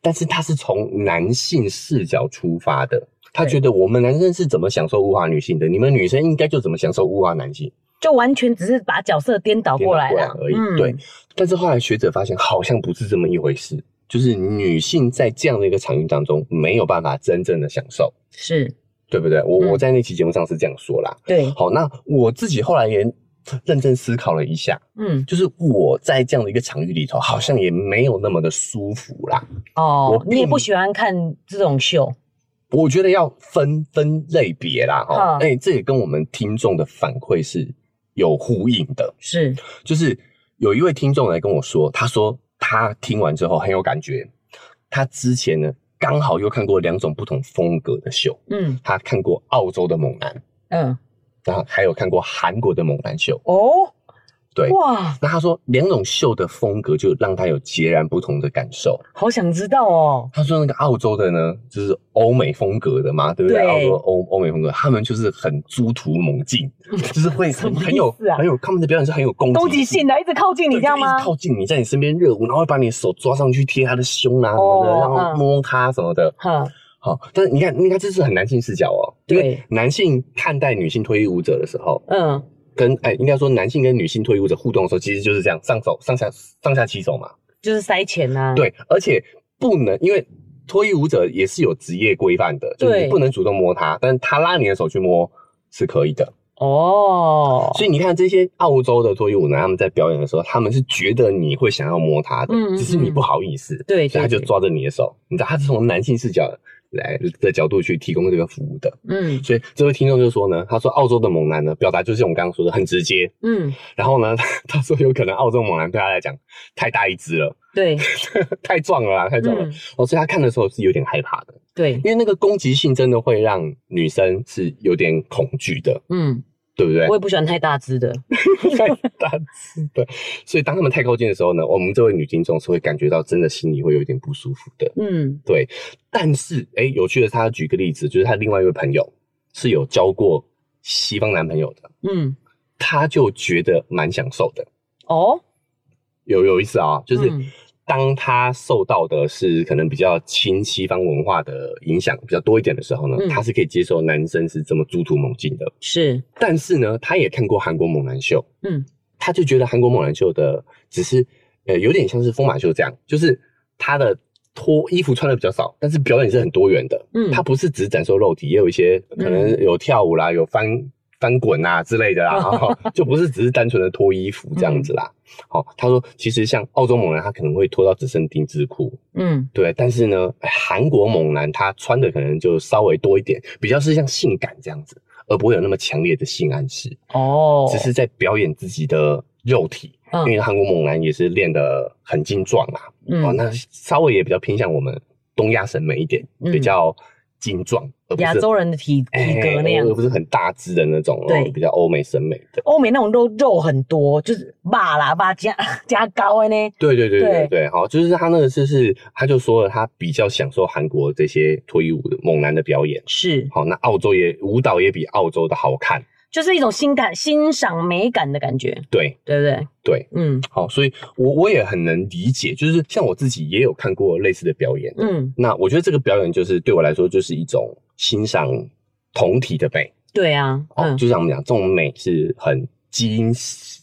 Speaker 1: 但是它是从男性视角出发的。他
Speaker 2: 对
Speaker 1: 觉得我们男生是怎么享受物化女性的，你们女生应该就怎么享受物化男性。
Speaker 2: 就完全只是把角色颠倒过来嗯
Speaker 1: 颠
Speaker 2: 了
Speaker 1: 倒过来而已对，但是后来学者发现，好像不是这么一回事，就是女性在这样的一个场域当中没有办法真正的享受，
Speaker 2: 是，
Speaker 1: 对不对？我、
Speaker 2: 嗯
Speaker 1: 我在那期节目上是这样说啦。
Speaker 2: 对，
Speaker 1: 好，那我自己后来也认真思考了一下，
Speaker 2: 嗯，
Speaker 1: 就是我在这样的一个场域里头，好像也没有那么的舒服啦。
Speaker 2: 哦
Speaker 1: 我，
Speaker 2: 你也
Speaker 1: 并
Speaker 2: 不喜欢看这种秀，
Speaker 1: 我觉得要分分类别啦，哈
Speaker 2: 嗯，
Speaker 1: 哎、这也跟我们听众的反馈是有呼应的。
Speaker 2: 是，
Speaker 1: 就是有一位听众来跟我说，他说他听完之后很有感觉，他之前呢刚好又看过两种不同风格的秀，
Speaker 2: 嗯
Speaker 1: 他看过澳洲的猛男，
Speaker 2: 嗯，
Speaker 1: 然后还有看过韩国的猛男秀，
Speaker 2: 哦，
Speaker 1: 对。
Speaker 2: 哇，
Speaker 1: 那他说两种秀的风格就让他有截然不同的感受。
Speaker 2: 好想知道哦，
Speaker 1: 他说那个澳洲的呢，就是欧美风格的嘛，对不对？
Speaker 2: 对
Speaker 1: 澳洲欧欧美风格，他们就是很猪突猛 进，就是会
Speaker 2: 什
Speaker 1: 很
Speaker 2: 么意思
Speaker 1: 很有
Speaker 2: 啊
Speaker 1: 很有他们的表演是很有攻击
Speaker 2: 攻击性的，一直靠近你，
Speaker 1: 对
Speaker 2: 这样
Speaker 1: 就一
Speaker 2: 吗
Speaker 1: 直？靠近你，在你身边热舞，然后会把你的手抓上去贴他的胸啊什么的，
Speaker 2: 哦
Speaker 1: 然后
Speaker 2: 嗯
Speaker 1: 摸摸他什么的。
Speaker 2: 哈，
Speaker 1: 好，但是你看，你看这是很男性视角哦。
Speaker 2: 对，
Speaker 1: 男性看待女性脱衣舞者的时候，
Speaker 2: 嗯，
Speaker 1: 跟哎，应该说男性跟女性脱衣舞者互动的时候，其实就是这样，上手上下上下其手嘛。
Speaker 2: 就是塞钱啊呐，，
Speaker 1: 对，而且不能因为。脱衣舞者也是有职业规范的，就是
Speaker 2: 对
Speaker 1: 你不能主动摸他，但是他拉你的手去摸是可以的。
Speaker 2: 哦，
Speaker 1: 所以你看这些澳洲的脱衣舞男，他们在表演的时候，他们是觉得你会想要摸他的，
Speaker 2: 嗯嗯
Speaker 1: 只是你不好意思，
Speaker 2: 对
Speaker 1: 所以
Speaker 2: 对
Speaker 1: 他就
Speaker 2: 对
Speaker 1: 抓着你的手。你知道他是从男性视角来的角度去提供这个服务的。
Speaker 2: 嗯
Speaker 1: 所以这位听众就说呢，他说澳洲的猛男呢，表达就是我们刚刚说的很直接。
Speaker 2: 嗯，
Speaker 1: 然后呢， 他说有可能澳洲猛男对他来讲太大一只了，
Speaker 2: 对，
Speaker 1: 太壮了啦，太壮了。
Speaker 2: 嗯
Speaker 1: 哦，所以他看的时候是有点害怕的，
Speaker 2: 对，
Speaker 1: 因为那个攻击性真的会让女生是有点恐惧的，
Speaker 2: 嗯，
Speaker 1: 对不对？
Speaker 2: 我也不喜欢太大只的，
Speaker 1: 太大只，对，所以当他们太靠近的时候呢，我们这位女听众是会感觉到真的心里会有一点不舒服的。
Speaker 2: 嗯，
Speaker 1: 但是，哎，有趣的是，她举个例子，就是她另外一位朋友是有交过西方男朋友的，
Speaker 2: 嗯，
Speaker 1: 她就觉得蛮享受的。
Speaker 2: 哦，
Speaker 1: 有有意思啊，就是
Speaker 2: 嗯
Speaker 1: 当她受到的是可能比较亲西方文化的影响比较多一点的时候呢
Speaker 2: 嗯，
Speaker 1: 她是可以接受男生是这么猪突猛进的。
Speaker 2: 是，
Speaker 1: 但是呢，她也看过韩国猛男秀，
Speaker 2: 嗯，
Speaker 1: 他就觉得韩国猛男秀的只是呃有点像是疯马秀这样，就是他的脱衣服穿的比较少，但是表演是很多元的，
Speaker 2: 嗯
Speaker 1: 他不是只展示肉体，也有一些可能有跳舞啦，有翻翻滚啊之类的
Speaker 2: 嗯
Speaker 1: 啦，然后 就不是只是单纯的脱衣服这样子啦。
Speaker 2: 嗯
Speaker 1: 好、他说其实像澳洲猛男，他可能会脱到只剩丁字裤，
Speaker 2: 嗯，
Speaker 1: 对，但是呢，韩国猛男他穿的可能就稍微多一点，比较是像性感这样子，而不会有那么强烈的性暗示。
Speaker 2: 哦，
Speaker 1: 只是在表演自己的肉体，因
Speaker 2: 嗯
Speaker 1: 为韩国猛男也是练得很精壮啊，哦，
Speaker 2: 嗯，
Speaker 1: 那稍微也比较偏向我们东亚审美一点，
Speaker 2: 嗯
Speaker 1: 比较精壮，而不
Speaker 2: 亚
Speaker 1: 是
Speaker 2: 洲人的体体格那样
Speaker 1: 哎，而不是很大只的那种，哦
Speaker 2: 对
Speaker 1: 比较欧美审美的。
Speaker 2: 欧美那种肉肉很多，就是霸啦霸加 加高的呢，
Speaker 1: 对对对对
Speaker 2: 对
Speaker 1: 对对，好，就是他那个就是，他就说了，他比较享受韩国这些脱衣舞的猛男的表演。
Speaker 2: 是，
Speaker 1: 好，那澳洲也舞蹈也比澳洲的好看，
Speaker 2: 就是一种欣感欣赏美感的感觉，
Speaker 1: 对
Speaker 2: 对不对？
Speaker 1: 对，
Speaker 2: 嗯
Speaker 1: 好，所以我我也很能理解，就是像我自己也有看过类似的表演，
Speaker 2: 嗯，
Speaker 1: 那我觉得这个表演就是对我来说就是一种欣赏同体的美，
Speaker 2: 对啊，
Speaker 1: 哦，
Speaker 2: 嗯
Speaker 1: 就像我们讲，这种美是很基因、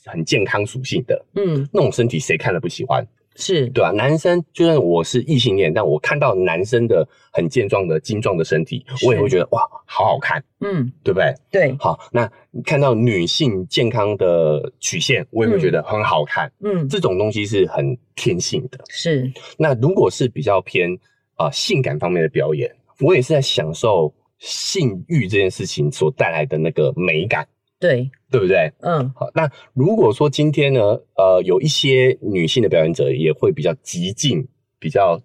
Speaker 1: 很健康属性的，
Speaker 2: 嗯
Speaker 1: 那种身体谁看了不喜欢，
Speaker 2: 是，
Speaker 1: 对吧、啊男生就算我是异性恋，但我看到男生的很健壮的、精壮的身体，我也
Speaker 2: 是
Speaker 1: 会觉得哇，好好看，
Speaker 2: 嗯
Speaker 1: 对不对？
Speaker 2: 对，
Speaker 1: 好，那你看到女性健康的曲线，我也会觉得很好看，
Speaker 2: 嗯
Speaker 1: 这种东西是很天性的。
Speaker 2: 是，
Speaker 1: 那如果是比较偏啊、呃性感方面的表演，我也是在享受性欲这件事情所带来的那个美感，
Speaker 2: 对，
Speaker 1: 对不对？
Speaker 2: 嗯
Speaker 1: 好，那如果说今天呢，呃，有一些女性的表演者也会比较激进、比较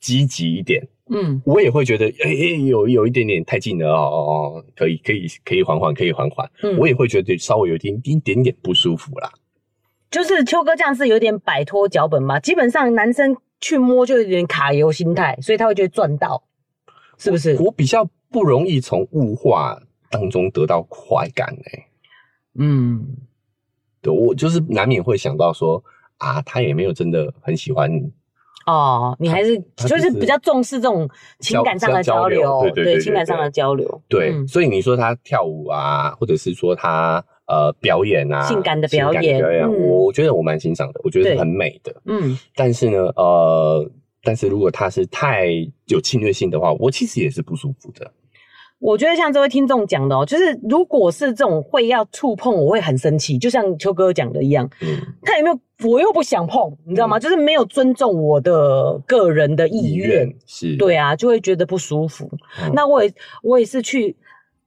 Speaker 1: 积极一点，
Speaker 2: 嗯，
Speaker 1: 我也会觉得，哎、哎，有有一点点太近了哦哦，哦可以可以可以缓缓，可以缓缓。
Speaker 2: 嗯
Speaker 1: 我也会觉得稍微有一点一点点不舒服啦。
Speaker 2: 就是秋哥这样是有点摆脱脚本嘛，基本上男生去摸就有点卡油心态，所以他会觉得赚到，是不是？
Speaker 1: 我比较不容易从物化当中得到快感哎、
Speaker 2: 嗯，
Speaker 1: 对我就是难免会想到说啊，他也没有真的很喜欢你，
Speaker 2: 哦，你还是
Speaker 1: 他
Speaker 2: 就是
Speaker 1: 就是
Speaker 2: 比较重视这种情感上的
Speaker 1: 交
Speaker 2: 交流，
Speaker 1: 交流对对对对
Speaker 2: 情感上的
Speaker 1: 对
Speaker 2: 交流，
Speaker 1: 对，
Speaker 2: 嗯
Speaker 1: 所以你说他跳舞啊，或者是说他呃表演啊，
Speaker 2: 性感的表演
Speaker 1: 性感的表演，
Speaker 2: 嗯
Speaker 1: 我觉得我蛮欣赏的，我觉得
Speaker 2: 对
Speaker 1: 是很美的。
Speaker 2: 嗯
Speaker 1: 但是呢，呃，但是如果他是太有侵略性的话，我其实也是不舒服的。
Speaker 2: 我觉得像这位听众讲的哦，就是如果是这种会要触碰，我会很生气，就像秋哥讲的一样，
Speaker 1: 嗯，
Speaker 2: 他有没有我又不想碰，你知道吗？就是没有尊重我的个人的意愿，
Speaker 1: 是，
Speaker 2: 对
Speaker 1: 啊，
Speaker 2: 啊，就会觉得不舒服。
Speaker 1: 嗯
Speaker 2: 那我也我也是去，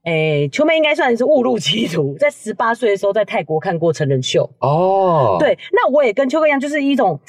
Speaker 2: 诶、秋妹应该算是误入歧途，在十八岁的时候在泰国看过成人秀，
Speaker 1: 哦，，
Speaker 2: 对，那我也跟秋哥一样，就是一种。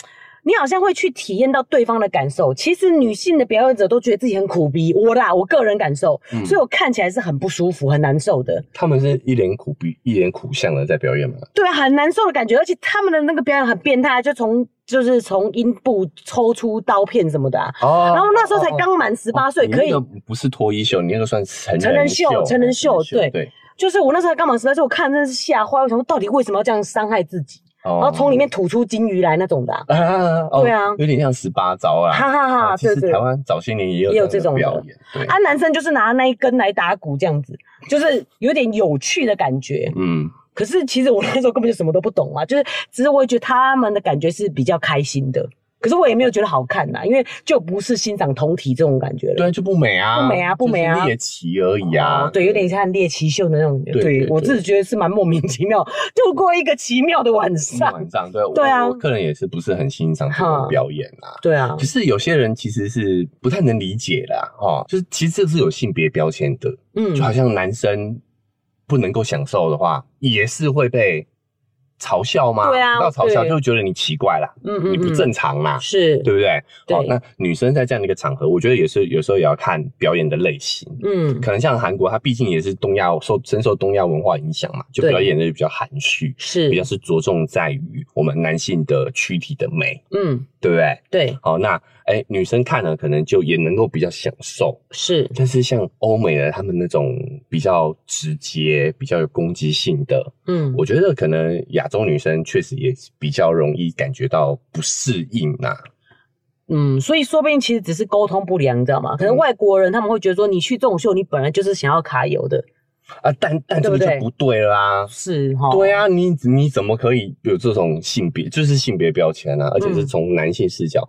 Speaker 2: 你好像会去体验到对方的感受。其实女性的表演者都觉得自己很苦逼，我啦，我个人感受，
Speaker 1: 嗯
Speaker 2: 所以我看起来是很不舒服、很难受的。
Speaker 1: 他们是一脸苦逼、一脸苦相的在表演嘛。
Speaker 2: 对啊，很难受的感觉，而且他们的那个表演很变态，啊就从就是从阴部抽出刀片什么的、啊。
Speaker 1: 哦，
Speaker 2: 然后那时候才
Speaker 1: 哦。
Speaker 2: 刚满十八岁，
Speaker 1: 你
Speaker 2: 可以
Speaker 1: 那个不是脱衣秀，你那个算成人
Speaker 2: 成人秀成人秀对
Speaker 1: 对。
Speaker 2: 就是我那时候才刚满十八岁，我看真的是吓坏，我想说到底为什么要这样伤害自己，
Speaker 1: 然
Speaker 2: 然后从里面吐出金鱼来那种的啊、
Speaker 1: 哦啊，哦
Speaker 2: 对啊
Speaker 1: 有点像十八招啦。
Speaker 2: 哈哈哈，
Speaker 1: 啊其
Speaker 2: 对
Speaker 1: 实
Speaker 2: 对
Speaker 1: 台。湾早些年也有
Speaker 2: 也有
Speaker 1: 这
Speaker 2: 这种
Speaker 1: 样的
Speaker 2: 的
Speaker 1: 表演，对，
Speaker 2: 啊，男生就是拿那一根来打鼓这样子，就是有点有趣的感觉。
Speaker 1: 嗯，
Speaker 2: 可是其实我那时候根本就什么都不懂啊，就是只是我也觉得他们的感觉是比较开心的，可是我也没有觉得好看啊呐、因为就不是欣赏同体这种感觉了。
Speaker 1: 对，就不美啊，
Speaker 2: 不美啊不美啊
Speaker 1: 就是猎奇而已啊
Speaker 2: 哦，，对，有点像猎奇秀的那种。
Speaker 1: 对对
Speaker 2: 我
Speaker 1: 对
Speaker 2: 自己觉得是蛮莫名其妙， 度过一个奇妙的晚上。
Speaker 1: 晚上对，我
Speaker 2: 对啊
Speaker 1: 我个人也是不是很欣赏这
Speaker 2: 哈
Speaker 1: 种表演啊。
Speaker 2: 对啊
Speaker 1: 可，是有些人其实是不太能理解啦，哦，就是其实这是有性别标签的，
Speaker 2: 嗯
Speaker 1: 就好像男生不能够享受的话，也是会被嘲笑吗？
Speaker 2: 对啊
Speaker 1: 到嘲笑
Speaker 2: 对
Speaker 1: 就会觉得你奇怪啦，
Speaker 2: 嗯
Speaker 1: 你不正常啦，
Speaker 2: 是，
Speaker 1: 对不对？
Speaker 2: 对
Speaker 1: 哦，那女生在这样的一个场合，我觉得也是有时候也要看表演的类型。
Speaker 2: 嗯，
Speaker 1: 可能像韩国，它毕竟也是东亚受深受东亚文化影响嘛，就
Speaker 2: 对
Speaker 1: 表演的就比较含蓄，
Speaker 2: 是
Speaker 1: 比较，是着重在于我们男性的躯体的美，
Speaker 2: 嗯，
Speaker 1: 对不对？
Speaker 2: 对，
Speaker 1: 好，那哎，女生看了可能就也能够比较享受，
Speaker 2: 是，
Speaker 1: 但是像欧美的他们那种比较直接、比较有攻击性的，
Speaker 2: 嗯，
Speaker 1: 我觉得可能亚洲女生确实也比较容易感觉到不适应啊呐、
Speaker 2: 嗯，所以说不定其实只是沟通不良，你知道吗？可能
Speaker 1: 嗯
Speaker 2: 外国人他们会觉得说，你去这种秀，你本来就是想要卡油的，
Speaker 1: 啊，但但
Speaker 2: 对
Speaker 1: 这个
Speaker 2: 不
Speaker 1: 就
Speaker 2: 对哦
Speaker 1: 不对啦、
Speaker 2: 是哈？
Speaker 1: 对，啊，你你怎么可以有这种性别，就是性别标签啊？而且是从男性视角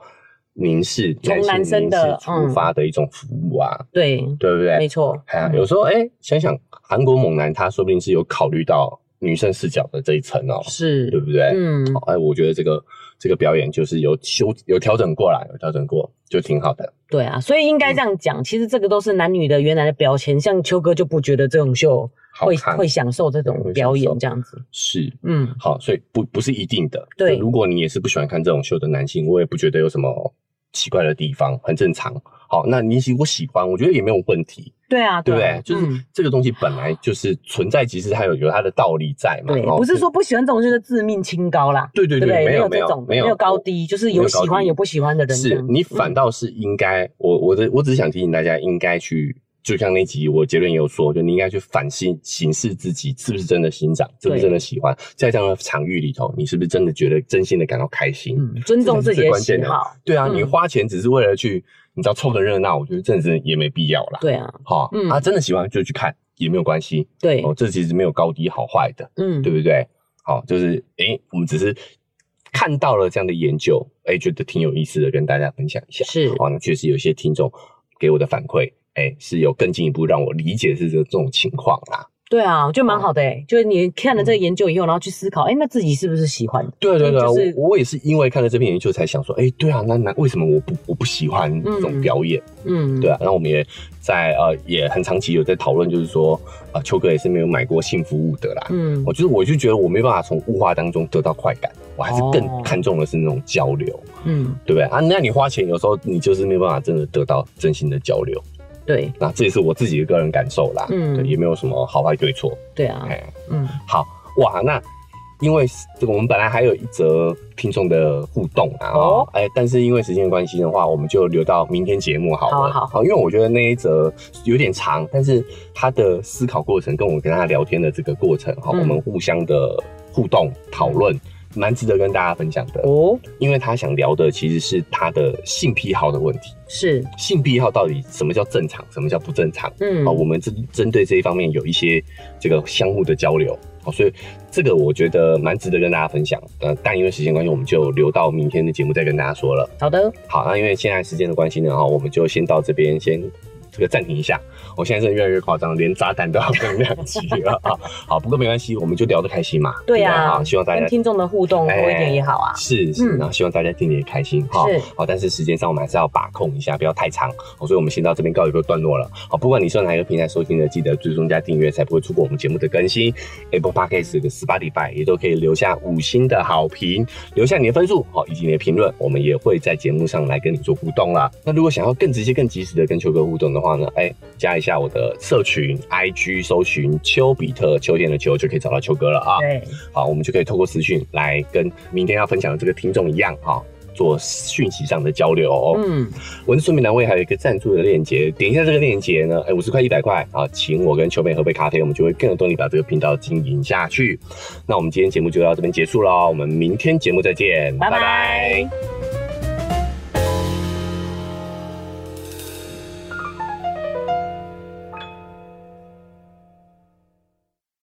Speaker 1: 凝视，
Speaker 2: 嗯从男
Speaker 1: 性
Speaker 2: 生
Speaker 1: 凝
Speaker 2: 的
Speaker 1: 视出发的一种服务啊，
Speaker 2: 对，
Speaker 1: 对不
Speaker 2: 没
Speaker 1: 对？
Speaker 2: 错，
Speaker 1: 哎呀，
Speaker 2: 嗯
Speaker 1: 有时候哎、想想韩国猛男，他说不定是有考虑到女生视角的这一层哦，
Speaker 2: 是
Speaker 1: 对，不对？
Speaker 2: 嗯，
Speaker 1: 好哎，我觉得这个这个表演就是有修有调整过来，有调整过就挺好的。
Speaker 2: 对啊，所以应该这样讲，其实这个都是男女的原来的标签，像秋哥就不觉得这种秀
Speaker 1: 好
Speaker 2: 会
Speaker 1: 看
Speaker 2: 会享受这
Speaker 1: 对
Speaker 2: 种
Speaker 1: 会
Speaker 2: 表
Speaker 1: 享
Speaker 2: 演
Speaker 1: 受
Speaker 2: 这样子，
Speaker 1: 是，
Speaker 2: 嗯，
Speaker 1: 好，所以不不是一定的。
Speaker 2: 对
Speaker 1: 就如果你也是不喜欢看这种秀的男性，我也不觉得有什么奇怪的地方，很正常。好，那你如果喜欢，我觉得也没有问题，
Speaker 2: 对啊，
Speaker 1: 对不
Speaker 2: 啊
Speaker 1: 对？就是
Speaker 2: 嗯
Speaker 1: 这个东西本来就是存在，其实它有有它的道理在嘛。
Speaker 2: 对，
Speaker 1: 哦
Speaker 2: 不是说不喜欢这种就是自命清高啦，
Speaker 1: 对对
Speaker 2: 不
Speaker 1: 对，
Speaker 2: 对？
Speaker 1: 没有
Speaker 2: 这种
Speaker 1: 有没
Speaker 2: 有高低，就是有喜欢有不喜欢的人这
Speaker 1: 是
Speaker 2: 样子，
Speaker 1: 你反
Speaker 2: 嗯
Speaker 1: 倒是应该，我我的我只是想提醒大家，应该去，就像那集我结论也有说，就你应该去反省审视自己是不是真的欣赏，是不是真的喜欢，在这样的场域里头，你是不是真的觉得真心的感到开心？
Speaker 2: 嗯尊重自己
Speaker 1: 这
Speaker 2: 的
Speaker 1: 才是最关键
Speaker 2: 喜
Speaker 1: 的
Speaker 2: 好，
Speaker 1: 对啊，
Speaker 2: 嗯
Speaker 1: 你花钱只是为了去，你知道凑个热闹，我觉得这真的也没必要啦。
Speaker 2: 对啊，
Speaker 1: 好、
Speaker 2: 嗯
Speaker 1: 啊，真的喜欢就去看也没有关系
Speaker 2: 对，
Speaker 1: 哦，这其实没有高低好坏的。
Speaker 2: 嗯，
Speaker 1: 对不对？好，就是诶，我们只是看到了这样的研究，诶，觉得挺有意思的，跟大家分享一下。
Speaker 2: 是
Speaker 1: 哦，那确实有些哎听众给我的反馈，诶，是有更进一步让我理解是这这种情况啦。
Speaker 2: 对啊，就
Speaker 1: 哦
Speaker 2: 蛮好的哎、就是你看了
Speaker 1: 嗯
Speaker 2: 这个研究以后，然后去思考，哎、那自己是不是喜欢的？
Speaker 1: 对对对，
Speaker 2: 就是
Speaker 1: 我我也是因为看了这篇研究才想说，哎，对啊，那那为什么我不我不喜欢这种表演？
Speaker 2: 嗯，
Speaker 1: 对啊，然后我们也在呃也很长期有在讨论，就是说啊，秋哥也是没有买过性服务的啦。
Speaker 2: 嗯
Speaker 1: 我就是我就觉得我没办法从物化当中得到快感，我还是
Speaker 2: 哦
Speaker 1: 更看重的是那种交流，
Speaker 2: 嗯，
Speaker 1: 对不对啊？那你花钱有时候你就是没办法真的得到真心的交流，
Speaker 2: 对
Speaker 1: 那这也是我自己的个人感受啦，
Speaker 2: 嗯
Speaker 1: 对，也没有什么好坏对错，
Speaker 2: 对啊，
Speaker 1: 哎，
Speaker 2: 嗯
Speaker 1: 好哇，那因为这个我们本来还有一则听众的互动啊，
Speaker 2: 哦
Speaker 1: 哦，哎，但是因为时间关系的话，我们就留到明天节目好了。
Speaker 2: 好啊
Speaker 1: 因为我觉得那一则有点长，但是他的思考过程跟我跟他聊天的这个过程哈、
Speaker 2: 嗯
Speaker 1: 我们互相的互动讨论。蛮值得跟大家分享的，
Speaker 2: 哦
Speaker 1: 因为他想聊的其实是他的性癖好的问题。
Speaker 2: 是
Speaker 1: 性癖好到底什么叫正常，什么叫不正常？
Speaker 2: 嗯
Speaker 1: 啊，我们针针对这一方面有一些这个相互的交流，好，所以这个我觉得蛮值得跟大家分享。呃，但因为时间关系，我们就留到明天的节目再跟大家说了。
Speaker 2: 好的
Speaker 1: 好，那因为现在时间的关系呢，哈，我们就先到这边先。这个暂停一下，我现在真的越来越夸张，连炸弹都要分两集了 啊！好，不过没关系，我们就聊得开心嘛。
Speaker 2: 对啊
Speaker 1: 不希望大家
Speaker 2: 跟听众的互动多一
Speaker 1: 哎
Speaker 2: 点也好啊，
Speaker 1: 是是，
Speaker 2: 嗯
Speaker 1: 然后希望大家听得也开心哈。
Speaker 2: 是
Speaker 1: 好，但是时间上我们还是要把控一下，不要太长。好，所以我们先到这边告一个段落了。好，不管你是用哪一个平台收听的，记得追踪加订阅，才不会错过我们节目的更新。Apple Podcast 的 Spotify 也都可以留下五星的好评，留下你的分数，好，以及你的评论，我们也会在节目上来跟你做互动啦。那如果想要更直接、更及时的跟秋哥互动的话呢，哎、加一下我的社群 IG，搜寻丘比特秋天的秋就可以找到秋哥了啊。
Speaker 2: 对，
Speaker 1: 好，我们就可以透过私讯来跟明天要分享的这个听众一样哈、做讯息上的交流、哦。
Speaker 2: 嗯
Speaker 1: 文字说明栏位还有一个赞助的链接，点一下这个链接呢，哎，五十块、一百块啊，请我跟秋妹喝杯咖啡，我们就会更有动力把这个频道经营下哦去。那我们今天节目就到这边结束喽，我们明天节目再见，
Speaker 2: 拜拜